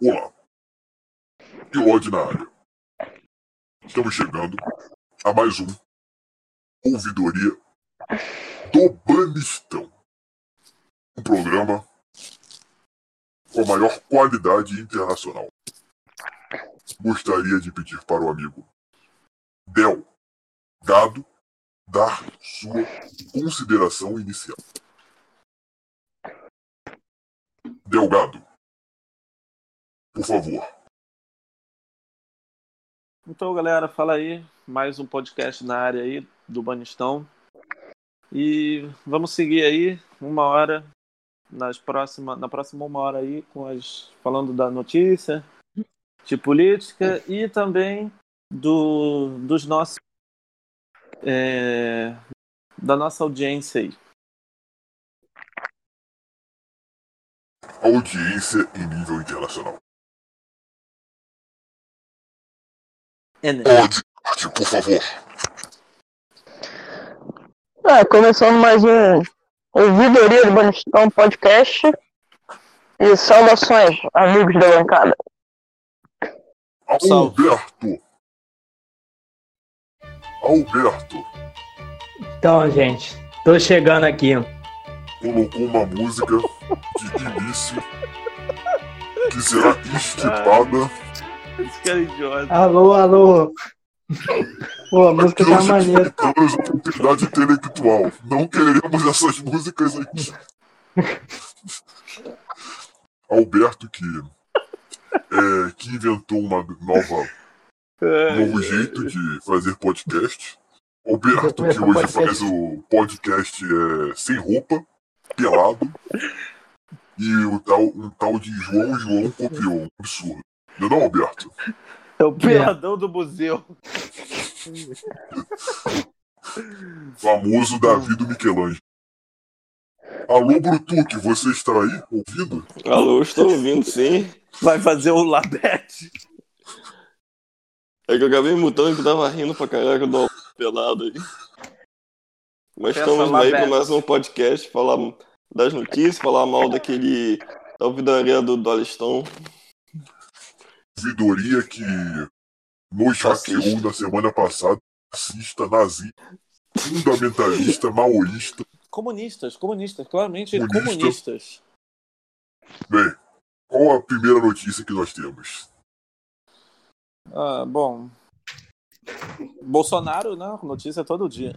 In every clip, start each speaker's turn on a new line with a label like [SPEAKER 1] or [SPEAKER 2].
[SPEAKER 1] Olá. Que ódio na área. Estamos chegando a mais um Ouvidoria do Banistão. Um programa com a maior qualidade internacional. Gostaria de pedir para o amigo Del Dado dar sua consideração inicial. Delgado, por favor.
[SPEAKER 2] Então, galera, fala aí. Mais um podcast na área aí do Banistão. E vamos seguir aí uma hora nas próxima, na próxima uma hora aí com as falando da notícia, de política e também do, dos nossos é, da nossa audiência aí.
[SPEAKER 1] Audiência em nível internacional.
[SPEAKER 2] Enem.
[SPEAKER 1] Pode, por favor.
[SPEAKER 3] Ah, começando mais um Ouvidoria do Banistão um Podcast. E saudações, amigos da bancada.
[SPEAKER 2] Salve.
[SPEAKER 1] Alberto. Alberto
[SPEAKER 4] Então, gente, tô chegando aqui.
[SPEAKER 1] colocou uma música de início que será estipada
[SPEAKER 2] Esse cara é idiota.
[SPEAKER 4] Alô, alô. Pô, a música tá
[SPEAKER 1] aqui hoje
[SPEAKER 4] maneira.
[SPEAKER 1] temos oportunidade intelectual. Não queremos essas músicas aqui. Alberto que é, que inventou uma nova um
[SPEAKER 2] É,
[SPEAKER 1] novo jeito de fazer podcast. Alberto, que
[SPEAKER 4] Começa o
[SPEAKER 1] hoje
[SPEAKER 4] podcast.
[SPEAKER 1] faz o podcast é, sem roupa, pelado. E o tal, um tal de João João copiou. Um absurdo. Não, é não, Alberto?
[SPEAKER 2] é o piadão do museu.
[SPEAKER 1] Famoso Davi do Michelangelo. Alô, Brutuque, você está aí ouvindo?
[SPEAKER 5] Alô, estou ouvindo sim.
[SPEAKER 2] Vai fazer o Labete.
[SPEAKER 5] É que eu acabei mutando que tava rindo pra caraca do pelado aí. Mas
[SPEAKER 2] Pensa
[SPEAKER 5] estamos
[SPEAKER 2] lá,
[SPEAKER 5] aí
[SPEAKER 2] Beto.
[SPEAKER 5] com mais um podcast, falar das notícias, falar mal daquele da ouvidoria do Dolestão.
[SPEAKER 1] Vidoria que nos hackeou
[SPEAKER 5] Fascista.
[SPEAKER 1] na semana passada. Racista, nazi, fundamentalista, maoísta.
[SPEAKER 2] Comunistas, comunistas, claramente
[SPEAKER 1] Comunista.
[SPEAKER 2] comunistas.
[SPEAKER 1] Bem, qual a primeira notícia que nós temos?
[SPEAKER 2] Ah, bom. Bolsonaro, né? Notícia todo dia.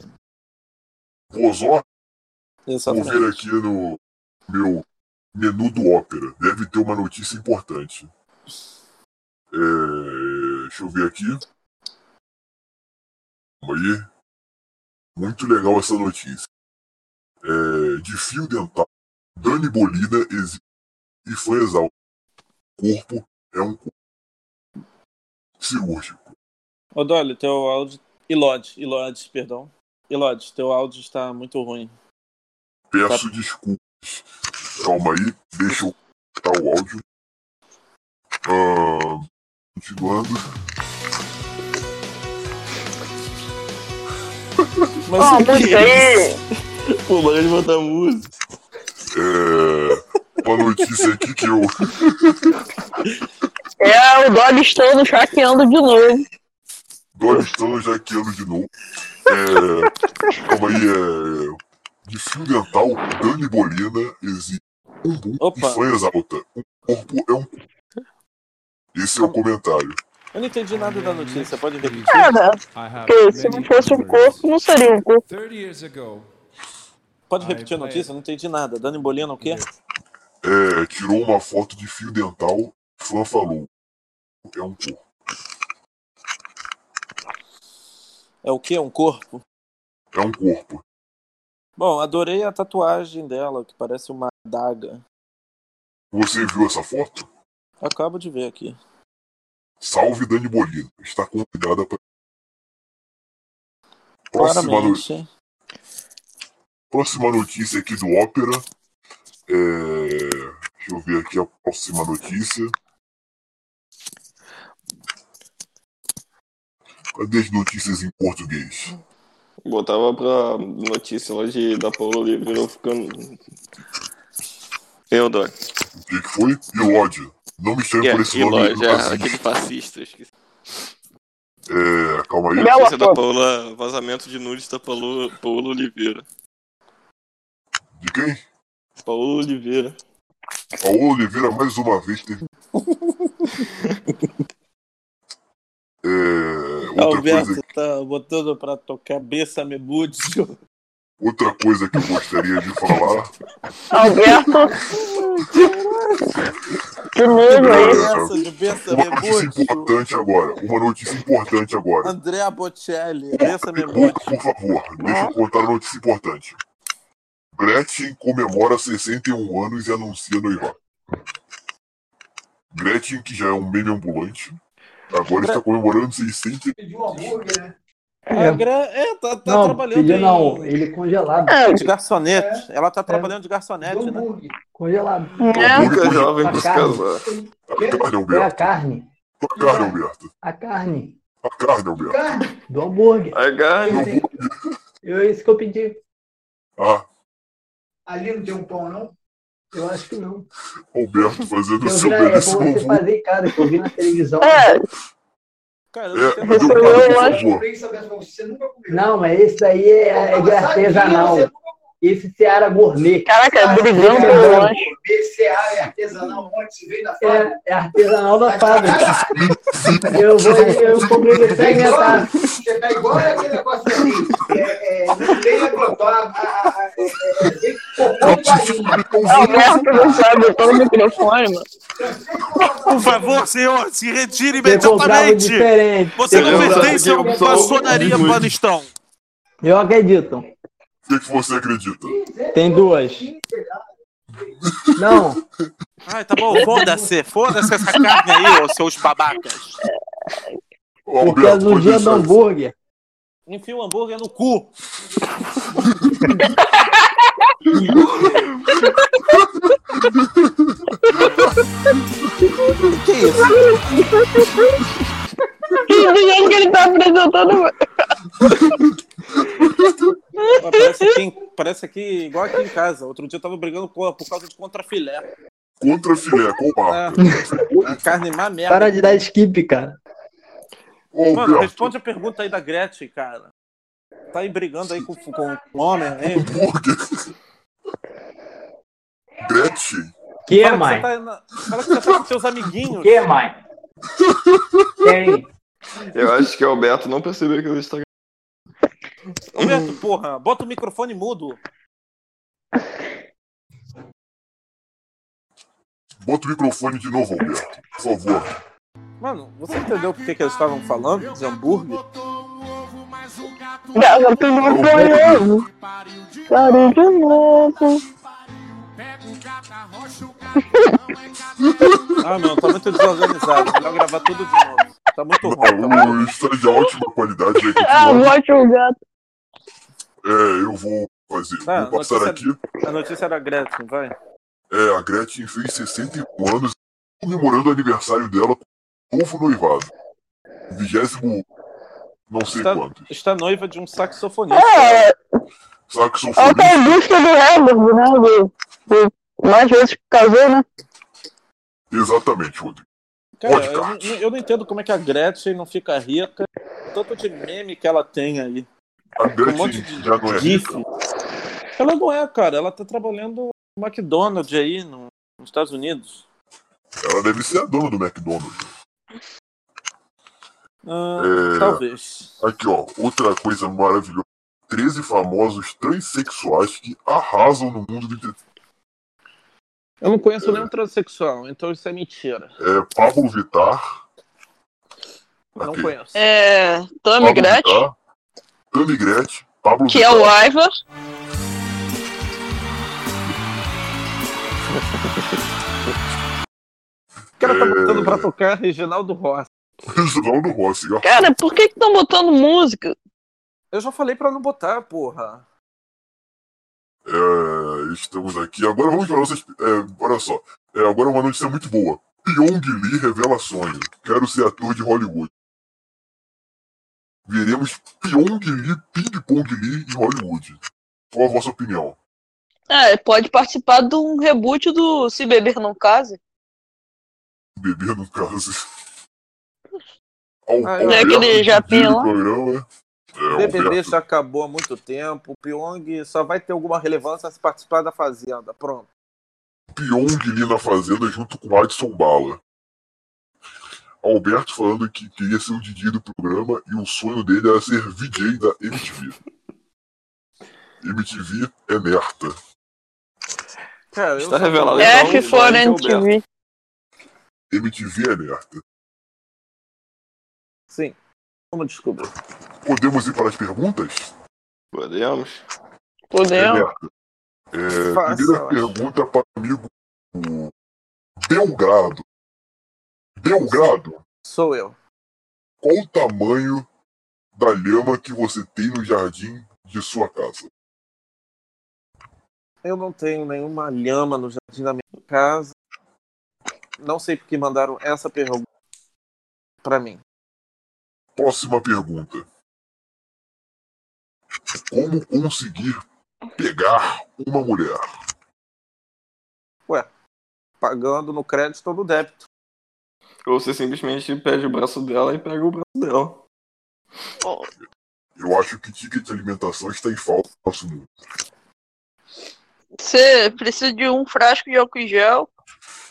[SPEAKER 1] Bozó Vou ver
[SPEAKER 2] Exatamente.
[SPEAKER 1] aqui no meu menu do Ópera. Deve ter uma notícia importante. É, Deixa eu ver aqui. Calma aí. Muito legal essa notícia. É, De fio dental, Dani Bolina exi- e foi exausto. Corpo é um corpo cirúrgico.
[SPEAKER 2] Ô, Dolly, teu áudio. Ilode, Ilode, perdão. Ilode, teu áudio está muito ruim.
[SPEAKER 1] Peço desculpas. Calma aí, deixa eu cortar o áudio. Ah, continuando.
[SPEAKER 2] Mas
[SPEAKER 3] Ó, a
[SPEAKER 2] o que
[SPEAKER 3] música
[SPEAKER 2] é
[SPEAKER 3] aí.
[SPEAKER 2] isso?
[SPEAKER 5] Pô, para de botar música.
[SPEAKER 1] É, uma notícia aqui que eu.
[SPEAKER 3] É o Dog estando hackeando de novo.
[SPEAKER 1] Dois estão já hackeando de novo. É, calma aí, é. De fio dental, Dani Bolina exige um bu e
[SPEAKER 2] Opa.
[SPEAKER 1] fã exalta. O corpo é um. Esse é o comentário.
[SPEAKER 2] Eu não entendi nada da notícia, pode repetir.
[SPEAKER 3] É, né? Porque
[SPEAKER 6] Porque
[SPEAKER 3] se não fosse um corpo, não seria um corpo.
[SPEAKER 2] Pode repetir a notícia? Eu não entendi nada. Dani Bolina, o quê?
[SPEAKER 1] É, tirou uma foto de fio dental, fã falou. É um corpo.
[SPEAKER 2] É o quê? Um corpo?
[SPEAKER 1] É um corpo.
[SPEAKER 2] Bom, adorei a tatuagem dela, que parece uma adaga.
[SPEAKER 1] Você viu essa foto?
[SPEAKER 2] Acabo de ver aqui.
[SPEAKER 1] Salve Dani Bolina. Está convidada para. Próxima, no-
[SPEAKER 2] Claramente. hein?
[SPEAKER 1] Próxima notícia aqui do Ópera. É, Deixa eu ver aqui a próxima notícia. Cadê as notícias em português?
[SPEAKER 5] Botava pra notícia hoje da Paula Oliveira ficando. Eu, Doc.
[SPEAKER 1] O que, que foi? Ilode. Não me chame
[SPEAKER 6] E
[SPEAKER 1] por esse
[SPEAKER 6] aqui,
[SPEAKER 1] nome.
[SPEAKER 6] loja,
[SPEAKER 1] Lucas.
[SPEAKER 6] é aquele fascista. eu esqueci.
[SPEAKER 1] É, calma aí.
[SPEAKER 3] Bela
[SPEAKER 6] Notícia da
[SPEAKER 3] foto.
[SPEAKER 6] Paula, vazamento de nudes da Paulo, Paulo Oliveira.
[SPEAKER 1] De quem?
[SPEAKER 5] Paulo Oliveira.
[SPEAKER 1] Paulo Oliveira, mais uma vez, teve. É, outra, coisa,
[SPEAKER 2] Alberto tá botando pra tua cabeça me mude.
[SPEAKER 1] outra coisa que eu gostaria de falar.
[SPEAKER 3] Alberto. que nível é isso?
[SPEAKER 2] Cabeça de Bessa
[SPEAKER 1] Uma notícia
[SPEAKER 2] Memude.
[SPEAKER 1] importante agora. Uma notícia importante agora.
[SPEAKER 2] André Bocelli, Bessa Memude.
[SPEAKER 1] Boca, por favor, deixa eu contar uma notícia importante. Gretchen comemora 61 anos e anuncia noivado. Gretchen, que já é um meme ambulante, agora está comemorando um. 600
[SPEAKER 2] A Gra- É, tá, tá
[SPEAKER 4] não,
[SPEAKER 2] trabalhando
[SPEAKER 4] pediu
[SPEAKER 2] em-
[SPEAKER 4] não, ele congelado.
[SPEAKER 3] É,
[SPEAKER 2] de garçonete. Ela tá trabalhando de garçonete,
[SPEAKER 7] É.
[SPEAKER 2] né?
[SPEAKER 4] Hambúrguer, Congelado.
[SPEAKER 3] né?
[SPEAKER 5] Nunca é jovem pra se
[SPEAKER 4] Carne.
[SPEAKER 5] casar.
[SPEAKER 1] carne,
[SPEAKER 4] É
[SPEAKER 1] Alberto.
[SPEAKER 4] a carne.
[SPEAKER 1] A carne, Alberto.
[SPEAKER 4] A carne.
[SPEAKER 1] A carne, Alberto.
[SPEAKER 4] Do hambúrguer.
[SPEAKER 5] A carne.
[SPEAKER 4] Eu, é isso que eu pedi.
[SPEAKER 1] Ah,
[SPEAKER 7] Ali não tem um pão, não?
[SPEAKER 4] Eu acho que não.
[SPEAKER 1] Alberto fazendo o
[SPEAKER 4] Eu
[SPEAKER 1] seu
[SPEAKER 4] vi na, é bom
[SPEAKER 1] belíssimo
[SPEAKER 4] você
[SPEAKER 1] avô.
[SPEAKER 4] fazer em casa, que eu vi na televisão.
[SPEAKER 3] É,
[SPEAKER 2] Cara, eu não
[SPEAKER 1] É,
[SPEAKER 2] entendo
[SPEAKER 1] meu
[SPEAKER 3] Eu
[SPEAKER 1] pai, por
[SPEAKER 3] acho-
[SPEAKER 1] favor.
[SPEAKER 7] Bem saber se você nunca comeu.
[SPEAKER 4] Não, mas esse daí é, é de artesanal.
[SPEAKER 7] Você
[SPEAKER 4] Esse Seara Gourmet.
[SPEAKER 3] caraca, é brigando pelo lanche.
[SPEAKER 7] nunca BCA é artesanal, onde se vem da fábrica.
[SPEAKER 4] É, é artesanal da fábrica. Eu vou, eu comprei
[SPEAKER 7] Você tá
[SPEAKER 4] até inventar.
[SPEAKER 7] igual- Você tá igual aquele negócio assim. É, é, não tem agrotóxico. É, é, é, sempre cocô de galinha.
[SPEAKER 3] Alberto não sabe, eu tô no microfone, mano.
[SPEAKER 8] Por favor, senhor, se retire
[SPEAKER 4] Você comprava
[SPEAKER 8] imediatamente.
[SPEAKER 4] diferente.
[SPEAKER 8] Você
[SPEAKER 5] Eu
[SPEAKER 8] não
[SPEAKER 5] comprava
[SPEAKER 8] pertence
[SPEAKER 5] aqui,
[SPEAKER 8] à
[SPEAKER 5] eu sou
[SPEAKER 8] maçonaria
[SPEAKER 5] muito.
[SPEAKER 8] Banistão.
[SPEAKER 4] Eu acredito.
[SPEAKER 1] O que, que você acredita?
[SPEAKER 4] Tem duas. Não,
[SPEAKER 8] Ai, tá bom, foda-se. Foda-se essa carne aí, ô seus babacas.
[SPEAKER 1] Ô,
[SPEAKER 4] porque
[SPEAKER 1] Alberto,
[SPEAKER 4] no
[SPEAKER 1] pode
[SPEAKER 4] dia do
[SPEAKER 1] deixar.
[SPEAKER 4] hambúrguer.
[SPEAKER 2] Enfia o hambúrguer no cu. que isso?
[SPEAKER 3] Que jeito que ele tá apresentando, mano.
[SPEAKER 2] Ó, Parece aqui, em- parece aqui igual aqui em casa. Outro dia eu tava brigando com- por causa de contrafilé.
[SPEAKER 1] Contra filé, com
[SPEAKER 2] Ah,
[SPEAKER 1] marca.
[SPEAKER 2] a carne má merda.
[SPEAKER 4] Para de dar skip, cara.
[SPEAKER 1] Ô,
[SPEAKER 2] Mano,
[SPEAKER 1] Alberto,
[SPEAKER 2] responde a pergunta aí da Gretchen, cara. Tá aí brigando aí com com o homem, hein?
[SPEAKER 1] hambúrguer. Gretchen,
[SPEAKER 4] Que é,
[SPEAKER 2] Fala que você
[SPEAKER 4] mãe?
[SPEAKER 2] tá na- Fala que você tá com seus amiguinhos.
[SPEAKER 4] Que, mãe? Tem.
[SPEAKER 5] Eu acho que o Alberto não percebeu que eu estava.
[SPEAKER 2] Roberto, porra, bota o microfone mudo.
[SPEAKER 1] bota o microfone de novo, Alberto. Por favor.
[SPEAKER 2] Mano, você entendeu por que, que eles estavam falando de hambúrguer?
[SPEAKER 3] Gasta tudo no banheiro. Pariu de novo.
[SPEAKER 2] Ah, meu, tá muito desorganizado. Melhor gravar tudo de novo. Tá muito ruim. Tá muito...
[SPEAKER 1] Não, está de ótima qualidade. é aí,
[SPEAKER 3] Ah,
[SPEAKER 1] continuando.
[SPEAKER 3] bote o gato.
[SPEAKER 1] É, eu vou fazer.
[SPEAKER 2] Ah,
[SPEAKER 1] vou passar
[SPEAKER 2] notícia-
[SPEAKER 1] aqui.
[SPEAKER 2] A notícia era Gretchen, vai.
[SPEAKER 1] É, a Gretchen fez 61 anos, comemorando o aniversário dela com um novo noivado. Vigésimo. Não sei
[SPEAKER 2] Está-
[SPEAKER 1] quanto.
[SPEAKER 2] Está noiva de um saxofonista.
[SPEAKER 3] É, ela tá
[SPEAKER 1] Saxofonista.
[SPEAKER 3] em busca do Herbert, né? Do, do, mais vezes que casou, né?
[SPEAKER 1] Exatamente, Rodrigo.
[SPEAKER 2] Cara,
[SPEAKER 1] Pode,
[SPEAKER 2] eu,
[SPEAKER 1] cara.
[SPEAKER 2] não- eu não entendo como é que a Gretchen não fica rica. Tanto de meme que ela tem aí.
[SPEAKER 1] A
[SPEAKER 2] Um monte
[SPEAKER 1] Gretchen
[SPEAKER 2] de
[SPEAKER 1] já não é.
[SPEAKER 2] GIF. Ela não é, cara. Ela tá trabalhando no McDonald's aí no- nos Estados Unidos.
[SPEAKER 1] Ela deve ser a dona do McDonald's.
[SPEAKER 2] Ah,
[SPEAKER 1] É.
[SPEAKER 2] Talvez.
[SPEAKER 1] Aqui, ó. Outra coisa maravilhosa. 13 famosos transexuais que arrasam no mundo do entretenimento.
[SPEAKER 2] Eu não conheço nenhum transexual, então isso é mentira.
[SPEAKER 1] É, Pablo Vittar.
[SPEAKER 2] Não
[SPEAKER 1] Ok.
[SPEAKER 2] conheço.
[SPEAKER 3] É. Tommy
[SPEAKER 1] Pablo
[SPEAKER 3] Gretchen,
[SPEAKER 1] Vittar, Tami Gretchen, Pablo
[SPEAKER 3] que é o
[SPEAKER 1] Vittar.
[SPEAKER 3] Ivar.
[SPEAKER 2] O cara tá
[SPEAKER 1] É.
[SPEAKER 2] botando pra tocar Reginaldo Rossi.
[SPEAKER 1] Reginaldo Rossi, ó.
[SPEAKER 3] Cara, por que que tão botando música?
[SPEAKER 2] Eu já falei pra não botar, porra.
[SPEAKER 1] É, estamos aqui. Agora vamos para nossas. É, olha só. É, agora uma notícia muito boa. Pyong Lee revela sonho. Quero ser ator de Hollywood. Veremos Pyong Lee, Ping Pong Lee em Hollywood. Qual a vossa opinião?
[SPEAKER 3] É, pode participar de um reboot do Se Beber Não Case.
[SPEAKER 1] bebê, no caso.
[SPEAKER 2] Ah,
[SPEAKER 1] Alberto
[SPEAKER 2] é
[SPEAKER 3] aquele japinha
[SPEAKER 1] do
[SPEAKER 3] lá?
[SPEAKER 1] programa. É,
[SPEAKER 2] BBB
[SPEAKER 1] Alberto.
[SPEAKER 2] já acabou há muito tempo. O Pyong só vai ter alguma relevância se participar da Fazenda. Pronto.
[SPEAKER 1] Pyong ali na fazenda junto com Adson Bala. Alberto falando que queria ser o DJ do programa e o sonho dele era ser VJ da MTV. MTV é merda.
[SPEAKER 2] Cara, um- Tá
[SPEAKER 5] Está revelado.
[SPEAKER 3] É,
[SPEAKER 5] então,
[SPEAKER 3] se for
[SPEAKER 5] então, Alberto.
[SPEAKER 3] MTV.
[SPEAKER 1] MTV é merda.
[SPEAKER 2] Sim. Vamos descobrir.
[SPEAKER 1] Podemos ir para as perguntas?
[SPEAKER 5] Podemos?
[SPEAKER 3] Podemos.
[SPEAKER 1] Roberto, é,
[SPEAKER 2] Faça, eu
[SPEAKER 1] primeira
[SPEAKER 2] acho.
[SPEAKER 1] pergunta para o amigo Belgrado. Belgrado,
[SPEAKER 2] Sou eu.
[SPEAKER 1] qual o tamanho da lhama que você tem no jardim de sua casa?
[SPEAKER 2] Eu não tenho nenhuma lhama no jardim da minha casa. Não sei porque mandaram essa pergunta pra mim.
[SPEAKER 1] Próxima pergunta. Como conseguir pegar uma mulher?
[SPEAKER 2] Pagando no crédito ou no débito.
[SPEAKER 5] Ou você simplesmente pede o braço dela e pega o braço dela.
[SPEAKER 1] Eu acho que ticket de alimentação está em falta no nosso mundo.
[SPEAKER 3] Você precisa de um frasco de álcool em gel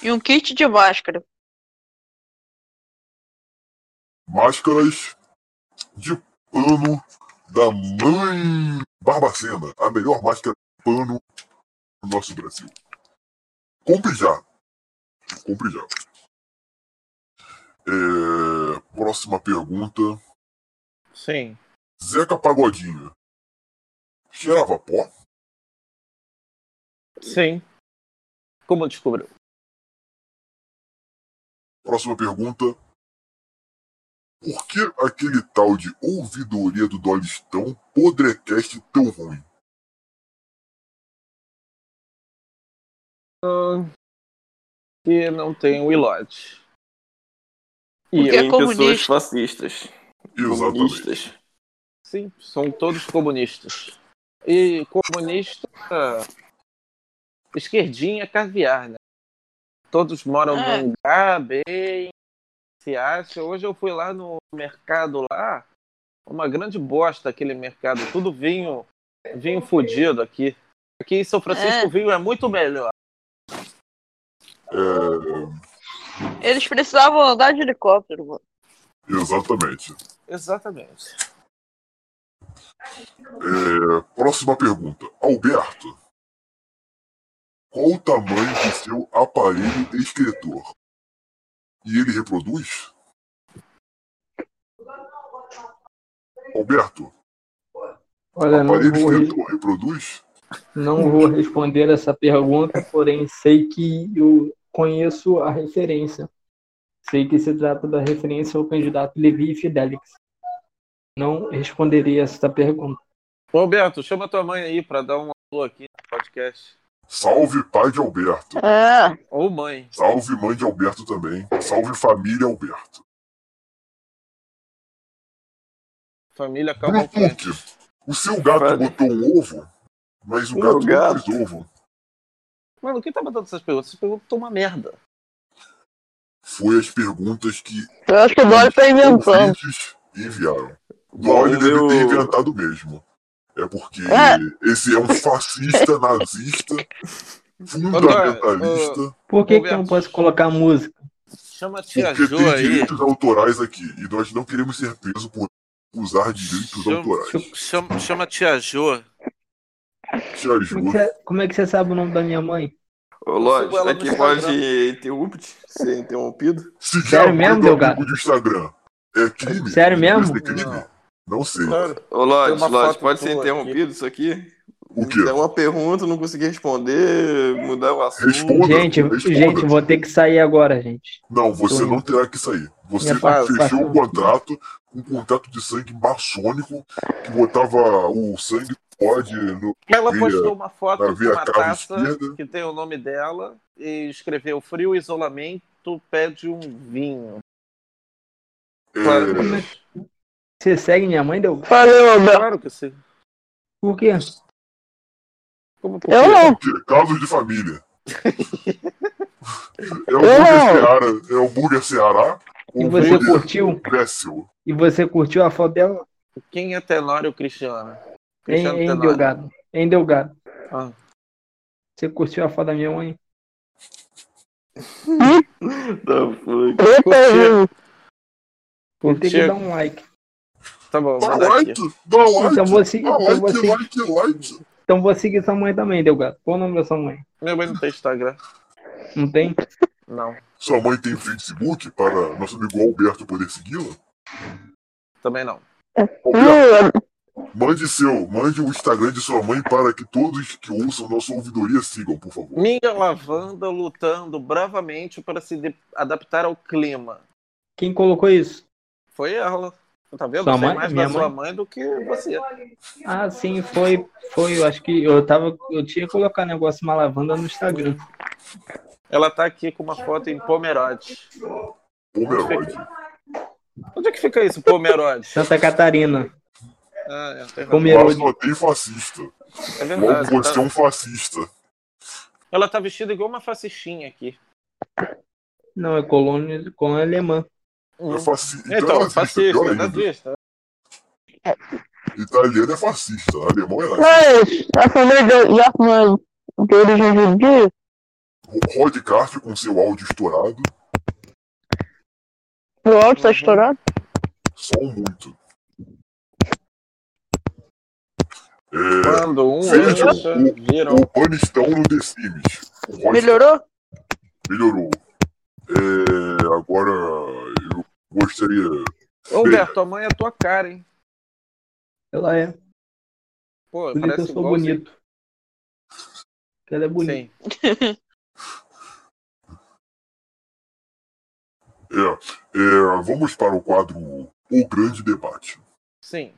[SPEAKER 3] e um kit de máscara.
[SPEAKER 1] Máscaras de pano da mãe Barbacena, a melhor máscara de pano do nosso Brasil. Compre já. Compre já. É, Próxima pergunta.
[SPEAKER 2] Sim.
[SPEAKER 1] Zeca Pagodinho. Cheirava pó?
[SPEAKER 2] Sim. Como descobriu?
[SPEAKER 1] Próxima pergunta. Por que aquele tal de ouvidoria do Dolistão podrecast tão ruim?
[SPEAKER 2] Ah, que não tem o ilote.
[SPEAKER 3] Porque
[SPEAKER 5] E
[SPEAKER 3] é
[SPEAKER 5] em pessoas
[SPEAKER 3] comunista.
[SPEAKER 5] fascistas.
[SPEAKER 1] Exatamente.
[SPEAKER 5] Comunistas.
[SPEAKER 2] Sim, são todos comunistas. E comunista. Esquerdinha é caviar, né? Todos moram
[SPEAKER 3] É.
[SPEAKER 2] em Gá, bem, se acha. Hoje eu fui lá no mercado lá, uma grande bosta aquele mercado, tudo vinho, vinho fudido aqui. Aqui em São Francisco
[SPEAKER 3] É.
[SPEAKER 2] o vinho é muito melhor.
[SPEAKER 1] É,
[SPEAKER 3] Eles precisavam andar de helicóptero, mano.
[SPEAKER 1] exatamente.
[SPEAKER 2] Exatamente.
[SPEAKER 1] É, próxima pergunta. Alberto. Qual o tamanho do seu aparelho escritor? E ele reproduz? Alberto,
[SPEAKER 4] Olha, não
[SPEAKER 1] aparelho
[SPEAKER 4] vou, re-
[SPEAKER 1] escritor reproduz?
[SPEAKER 4] não vou responder essa pergunta, porém sei que eu conheço a referência. Sei que se trata da referência ao candidato Levi Fidelix. Não responderei essa pergunta.
[SPEAKER 2] Roberto, chama tua mãe aí pra dar um alô aqui no podcast.
[SPEAKER 1] Salve pai de Alberto.
[SPEAKER 3] É.
[SPEAKER 2] Ou mãe.
[SPEAKER 1] Salve mãe de Alberto também. Salve família Alberto.
[SPEAKER 2] Família Calma
[SPEAKER 1] Brutuque, o seu gato
[SPEAKER 5] Vai.
[SPEAKER 1] botou um ovo, mas o
[SPEAKER 5] Meu
[SPEAKER 1] gato não
[SPEAKER 5] gato.
[SPEAKER 1] fez ovo.
[SPEAKER 2] Mano, quem tá mandando essas perguntas? Essas perguntas estão uma merda.
[SPEAKER 1] Foi as perguntas que
[SPEAKER 3] Eu acho que o Dória tá inventando.
[SPEAKER 1] ouvintes enviaram.
[SPEAKER 5] Bom,
[SPEAKER 1] Dória deve ter
[SPEAKER 5] eu-
[SPEAKER 1] inventado mesmo. É porque
[SPEAKER 3] É.
[SPEAKER 1] esse é um fascista nazista, fundamentalista,
[SPEAKER 4] Por que, que eu não posso colocar música?
[SPEAKER 2] Chama a tia
[SPEAKER 1] porque
[SPEAKER 2] Jo
[SPEAKER 1] tem
[SPEAKER 2] aí.
[SPEAKER 1] direitos autorais aqui. E nós não queremos ser presos por usar direitos
[SPEAKER 8] Chama-
[SPEAKER 1] autorais.
[SPEAKER 8] Chama, chama a tia Jo.
[SPEAKER 1] Te
[SPEAKER 4] Como é, que
[SPEAKER 1] ajuda.
[SPEAKER 4] você, como é que você sabe o nome da minha mãe?
[SPEAKER 5] Ô,
[SPEAKER 2] sigo ela
[SPEAKER 5] Lodge,
[SPEAKER 2] no
[SPEAKER 5] aqui
[SPEAKER 2] Instagram.
[SPEAKER 5] pode interrupt, ser interrompido.
[SPEAKER 1] Seguir
[SPEAKER 4] Sério
[SPEAKER 1] a mãe
[SPEAKER 4] mesmo,
[SPEAKER 1] do
[SPEAKER 4] meu
[SPEAKER 1] é amigo
[SPEAKER 4] gato?
[SPEAKER 1] do Instagram é crime?
[SPEAKER 4] Sério mesmo?
[SPEAKER 1] É crime? Não, sei.
[SPEAKER 2] Tá.
[SPEAKER 5] Ô,
[SPEAKER 2] Tem
[SPEAKER 5] Lodge,
[SPEAKER 2] uma
[SPEAKER 5] Lodge,
[SPEAKER 2] foto
[SPEAKER 5] pode ser
[SPEAKER 2] tua
[SPEAKER 5] interrompido isso aqui?
[SPEAKER 1] O quê?
[SPEAKER 5] É uma pergunta, não consegui responder, mudar o assunto.
[SPEAKER 1] Responda.
[SPEAKER 4] gente,
[SPEAKER 1] responda.
[SPEAKER 4] gente, vou ter que sair agora, gente.
[SPEAKER 1] Não, você
[SPEAKER 4] Tô indo.
[SPEAKER 1] não terá que sair. Você
[SPEAKER 4] Minha parte-
[SPEAKER 1] fechou um
[SPEAKER 4] parte-
[SPEAKER 1] contrato, um contrato de sangue maçônico que botava o sangue do bode no.
[SPEAKER 2] Ela
[SPEAKER 1] Via-
[SPEAKER 2] postou uma
[SPEAKER 1] na
[SPEAKER 2] foto de
[SPEAKER 1] via
[SPEAKER 2] uma
[SPEAKER 1] cava
[SPEAKER 2] taça
[SPEAKER 1] esquerda.
[SPEAKER 2] que tem o nome dela e escreveu frio isolamento pede um vinho. Claro,
[SPEAKER 1] É,
[SPEAKER 4] Você segue minha mãe, deu?
[SPEAKER 3] Valeu, Alberto.
[SPEAKER 2] claro que sim.
[SPEAKER 4] Por quê?
[SPEAKER 2] Como por
[SPEAKER 3] Eu
[SPEAKER 2] quê?
[SPEAKER 1] é
[SPEAKER 3] não.
[SPEAKER 1] que- casos de família. É o Burger Ceará. É o Burger Ceará.
[SPEAKER 4] E
[SPEAKER 1] O
[SPEAKER 4] você
[SPEAKER 1] Burger
[SPEAKER 4] curtiu?
[SPEAKER 1] Grécio.
[SPEAKER 4] E você curtiu a foto dela
[SPEAKER 2] Quem é Tenório Cristiano?
[SPEAKER 4] em,
[SPEAKER 2] Cristiano
[SPEAKER 4] em
[SPEAKER 2] Tenório.
[SPEAKER 4] Delgado? Em Delgado.
[SPEAKER 2] Ah.
[SPEAKER 4] Você curtiu a foto da minha mãe?
[SPEAKER 5] Tá, foi.
[SPEAKER 3] Preta e
[SPEAKER 4] Vou ter que
[SPEAKER 2] Curtiu.
[SPEAKER 4] dar um like.
[SPEAKER 2] Tá bom,
[SPEAKER 1] Dá
[SPEAKER 2] vou dar aqui.
[SPEAKER 1] like, dá like.
[SPEAKER 4] Então vou, se-
[SPEAKER 1] Dá
[SPEAKER 4] então, vou
[SPEAKER 1] like,
[SPEAKER 4] se-
[SPEAKER 1] like, like.
[SPEAKER 4] então vou seguir sua mãe também, Delgado. Qual o nome da sua mãe?
[SPEAKER 2] Minha mãe não tem Instagram.
[SPEAKER 4] Não tem?
[SPEAKER 2] Não,
[SPEAKER 1] Sua mãe tem Facebook para nosso amigo Alberto poder segui-la?
[SPEAKER 2] também não.
[SPEAKER 1] Alberto,
[SPEAKER 3] Ih,
[SPEAKER 1] mande seu, mande o Instagram de sua mãe para que todos que ouçam nossa ouvidoria sigam, por favor.
[SPEAKER 2] Minha lavanda lutando bravamente para se de- adaptar ao clima.
[SPEAKER 4] Quem colocou isso?
[SPEAKER 2] Foi ela. Tá vendo?
[SPEAKER 4] Sua
[SPEAKER 2] Sei
[SPEAKER 4] mãe?
[SPEAKER 2] mais
[SPEAKER 4] Minha
[SPEAKER 2] da sua mãe do que você.
[SPEAKER 4] Ah, sim, foi. Foi, eu acho que eu tava. Eu tinha que colocar negócio de uma lavanda no Instagram.
[SPEAKER 2] Ela tá aqui com uma foto em Pomerode.
[SPEAKER 1] Pomeroid.
[SPEAKER 2] Onde é que fica isso, Pomerode?
[SPEAKER 4] Santa Catarina.
[SPEAKER 2] Ah, é, tem razão.
[SPEAKER 1] Lá
[SPEAKER 4] Pomerode.
[SPEAKER 1] só tem fascista.
[SPEAKER 2] É
[SPEAKER 1] Logo
[SPEAKER 2] verdade.
[SPEAKER 1] você é
[SPEAKER 2] tá-
[SPEAKER 1] um fascista.
[SPEAKER 2] Ela tá vestida igual uma fascistinha aqui.
[SPEAKER 4] Não, é colônia, colônia alemã.
[SPEAKER 1] É fasci...
[SPEAKER 2] Então,
[SPEAKER 1] é
[SPEAKER 2] fascista,
[SPEAKER 1] pior ainda.
[SPEAKER 2] nazista.
[SPEAKER 1] Italiano é fascista, alemão é nazista.
[SPEAKER 3] Mas a família de, já foi de origem judia?
[SPEAKER 1] Rod Carter com seu áudio estourado,
[SPEAKER 3] O áudio tá estourado?
[SPEAKER 1] som um muito. É,
[SPEAKER 2] Quando um
[SPEAKER 1] Vejam
[SPEAKER 2] acha,
[SPEAKER 1] o-
[SPEAKER 2] viram.
[SPEAKER 1] o Panistão no The Sims. O Rod
[SPEAKER 3] Melhorou?
[SPEAKER 1] melhorou. É, agora eu gostaria.
[SPEAKER 2] Ô, Humberto, tua mãe é tua cara, hein?
[SPEAKER 4] Ela é.
[SPEAKER 2] Pô,
[SPEAKER 4] Por isso que eu
[SPEAKER 2] parece
[SPEAKER 4] sou
[SPEAKER 2] igual.
[SPEAKER 4] bonito. Porque ela é bonita.
[SPEAKER 2] Sim.
[SPEAKER 1] É, é, vamos para o quadro O Grande Debate.
[SPEAKER 2] Sim.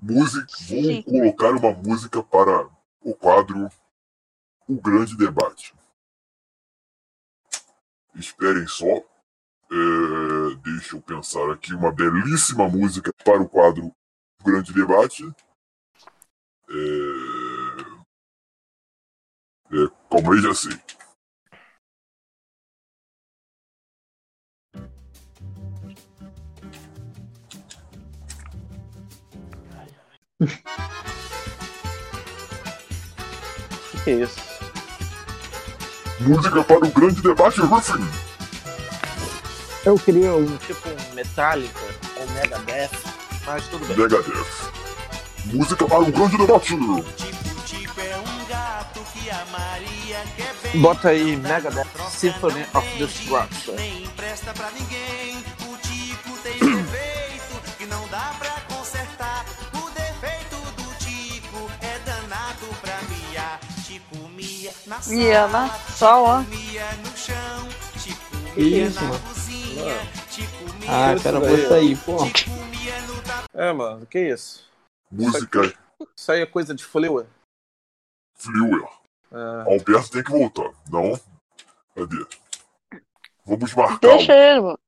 [SPEAKER 1] Música, vou colocar uma música para o quadro O Grande Debate. Esperem só. É, deixa eu pensar aqui uma belíssima música para o quadro O Grande Debate. É, é, calma aí, já sei.
[SPEAKER 2] Que que é isso?
[SPEAKER 1] Música para o Grande Debate, Ruffin.
[SPEAKER 9] Eu queria um.
[SPEAKER 2] Tipo um Metallica ou Megadeth, mas tudo bem.
[SPEAKER 1] Megadeth. Música para o Grande Debate.
[SPEAKER 2] Bota aí Megadeth Symphony of Destruction.
[SPEAKER 10] Mia na sala.
[SPEAKER 4] Que isso, mano? Ah, cara, eu vou sair, pô.
[SPEAKER 2] É, mano, que isso?
[SPEAKER 1] Música
[SPEAKER 2] Isso aí é coisa de Flewer.
[SPEAKER 1] Flewer.
[SPEAKER 2] Ah,
[SPEAKER 1] Alberto tem que voltar. Não? Cadê? Vamos marcar.
[SPEAKER 3] Deixa ele, mano.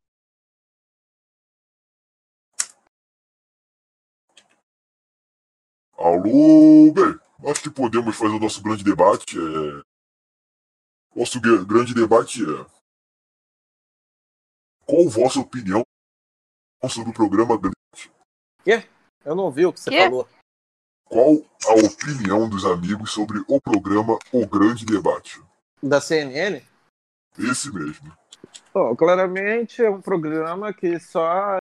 [SPEAKER 1] Alô, bem, acho que podemos fazer o nosso grande debate. É... Nosso gue- grande debate é. Qual a vossa opinião sobre o programa Grande?
[SPEAKER 2] eu não vi o que você
[SPEAKER 10] Quê?
[SPEAKER 2] falou.
[SPEAKER 1] Qual a opinião dos amigos sobre o programa O Grande Debate?
[SPEAKER 2] Da CNN?
[SPEAKER 1] Esse mesmo.
[SPEAKER 2] Bom, claramente é um programa que só,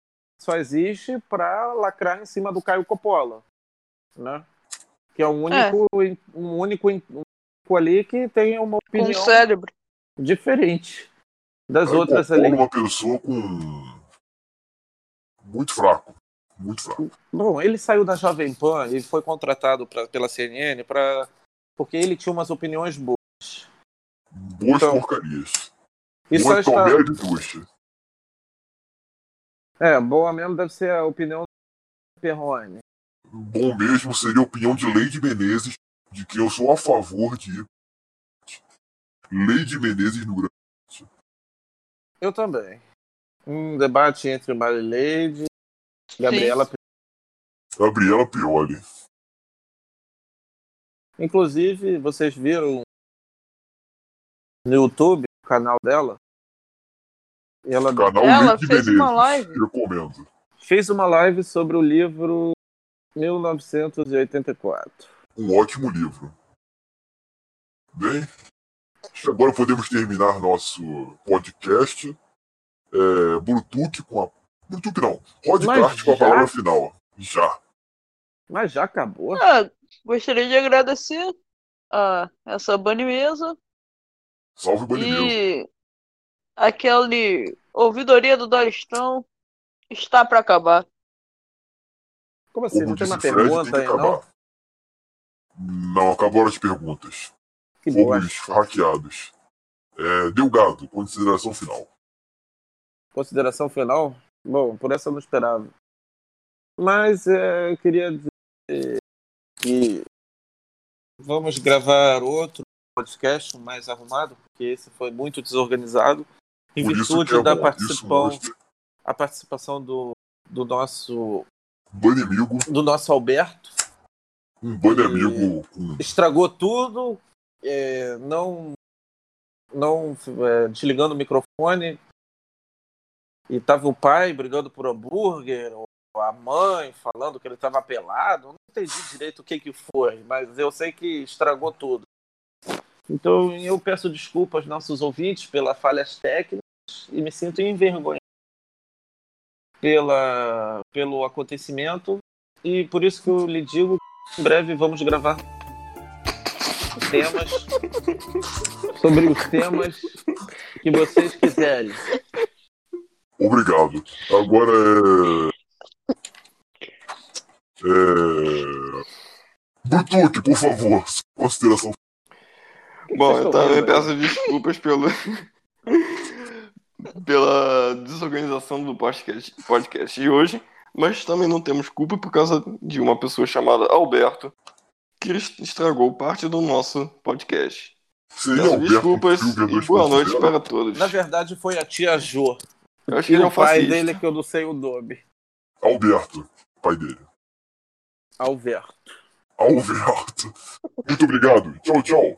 [SPEAKER 2] só existe para lacrar em cima do Caio Coppola, né? Que é um único, um único, um único ali que tem uma
[SPEAKER 10] Com
[SPEAKER 2] opinião
[SPEAKER 10] cérebro.
[SPEAKER 2] diferente das
[SPEAKER 1] Caio
[SPEAKER 2] outras
[SPEAKER 1] Coppola é
[SPEAKER 2] ali.
[SPEAKER 1] uma pessoa com. Muito fraco. Muito fraco.
[SPEAKER 2] Bom, ele saiu da Jovem Pan e foi contratado pra, pela CNN pra, porque ele tinha umas opiniões boas.
[SPEAKER 1] Boas
[SPEAKER 2] Então,
[SPEAKER 1] porcarias.
[SPEAKER 2] E só
[SPEAKER 1] Muito
[SPEAKER 2] está...
[SPEAKER 1] Tomé de Ducha.
[SPEAKER 2] É, boa mesmo deve ser a opinião do Perrone.
[SPEAKER 1] bom mesmo seria a opinião de Leide Menezes, de que eu sou a favor de Leide Menezes no Grande.
[SPEAKER 2] Eu também. Um debate entre Marileide, Gabriela
[SPEAKER 1] Gabriela Pioli.
[SPEAKER 2] Inclusive, vocês viram no YouTube, o canal dela. E ela
[SPEAKER 1] Canal
[SPEAKER 10] Ela
[SPEAKER 1] Rick
[SPEAKER 10] fez uma
[SPEAKER 1] Menezes.
[SPEAKER 10] live.
[SPEAKER 1] Recomendo.
[SPEAKER 2] fez uma live sobre o livro 1984.
[SPEAKER 1] Um ótimo livro. Bem, acho que agora podemos terminar nosso podcast. É, Bluetooth com a. Bluetooth não.
[SPEAKER 2] Mas
[SPEAKER 1] Rodcart com a
[SPEAKER 2] já?
[SPEAKER 1] palavra final. Já.
[SPEAKER 2] Mas já acabou?
[SPEAKER 10] Ah, gostaria de agradecer a essa banimesa
[SPEAKER 1] Salve o Bonimeiro.
[SPEAKER 10] e aquele ouvidoria do Doristão está para acabar.
[SPEAKER 2] Como assim?
[SPEAKER 1] Como
[SPEAKER 2] Não tem uma
[SPEAKER 1] disse Fred, tem que
[SPEAKER 2] pergunta aí, não?
[SPEAKER 1] acabar. Não, acabaram as perguntas.
[SPEAKER 2] Que bosta.
[SPEAKER 1] Fomos hackeados. É, Delgado, consideração final.
[SPEAKER 2] Consideração final? Bom, por essa eu não esperava. Mas é, eu queria dizer que vamos gravar outro podcast mais arrumado, porque esse foi muito desorganizado. Em
[SPEAKER 1] Por isso
[SPEAKER 2] virtude
[SPEAKER 1] que é
[SPEAKER 2] da
[SPEAKER 1] bom, isso
[SPEAKER 2] participação,
[SPEAKER 1] mostra
[SPEAKER 2] a participação do, do nosso
[SPEAKER 1] Banimigo,
[SPEAKER 2] do nosso Alberto.
[SPEAKER 1] um banamigo com
[SPEAKER 2] Estragou tudo, é, não não é, desligando o microfone. E tava o pai brigando por hambúrguer, ou a mãe falando que ele tava pelado. Eu Não entendi direito o que que foi, mas eu sei que estragou tudo. Então eu peço desculpa aos nossos ouvintes pelas falhas técnicas e me sinto envergonhado pela, pelo acontecimento. E por isso que eu lhe digo que em breve vamos gravar temas sobre os temas que vocês quiserem.
[SPEAKER 1] Obrigado. Agora é. É. Brutuque, por favor, sua consideração.
[SPEAKER 5] Bom,
[SPEAKER 2] vocês
[SPEAKER 5] eu
[SPEAKER 2] estão
[SPEAKER 5] também
[SPEAKER 2] rindo
[SPEAKER 5] peço desculpas pelo. pela desorganização do podcast, podcast de hoje, mas também não temos culpa por causa de uma pessoa chamada Alberto, que est- estragou parte do nosso podcast.
[SPEAKER 1] Seria
[SPEAKER 5] Peço
[SPEAKER 1] é Alberto
[SPEAKER 5] desculpas
[SPEAKER 1] Kilger
[SPEAKER 5] e boa noite
[SPEAKER 1] 2.0?
[SPEAKER 5] para todos.
[SPEAKER 2] Na verdade, foi a tia Jo
[SPEAKER 5] Eu acho que
[SPEAKER 2] e
[SPEAKER 5] ele é um
[SPEAKER 2] o pai
[SPEAKER 5] fascista.
[SPEAKER 2] dele que eu não sei o nome.
[SPEAKER 1] Alberto, pai dele.
[SPEAKER 2] Alver.
[SPEAKER 1] Alberto. Muito obrigado. Tchau, tchau.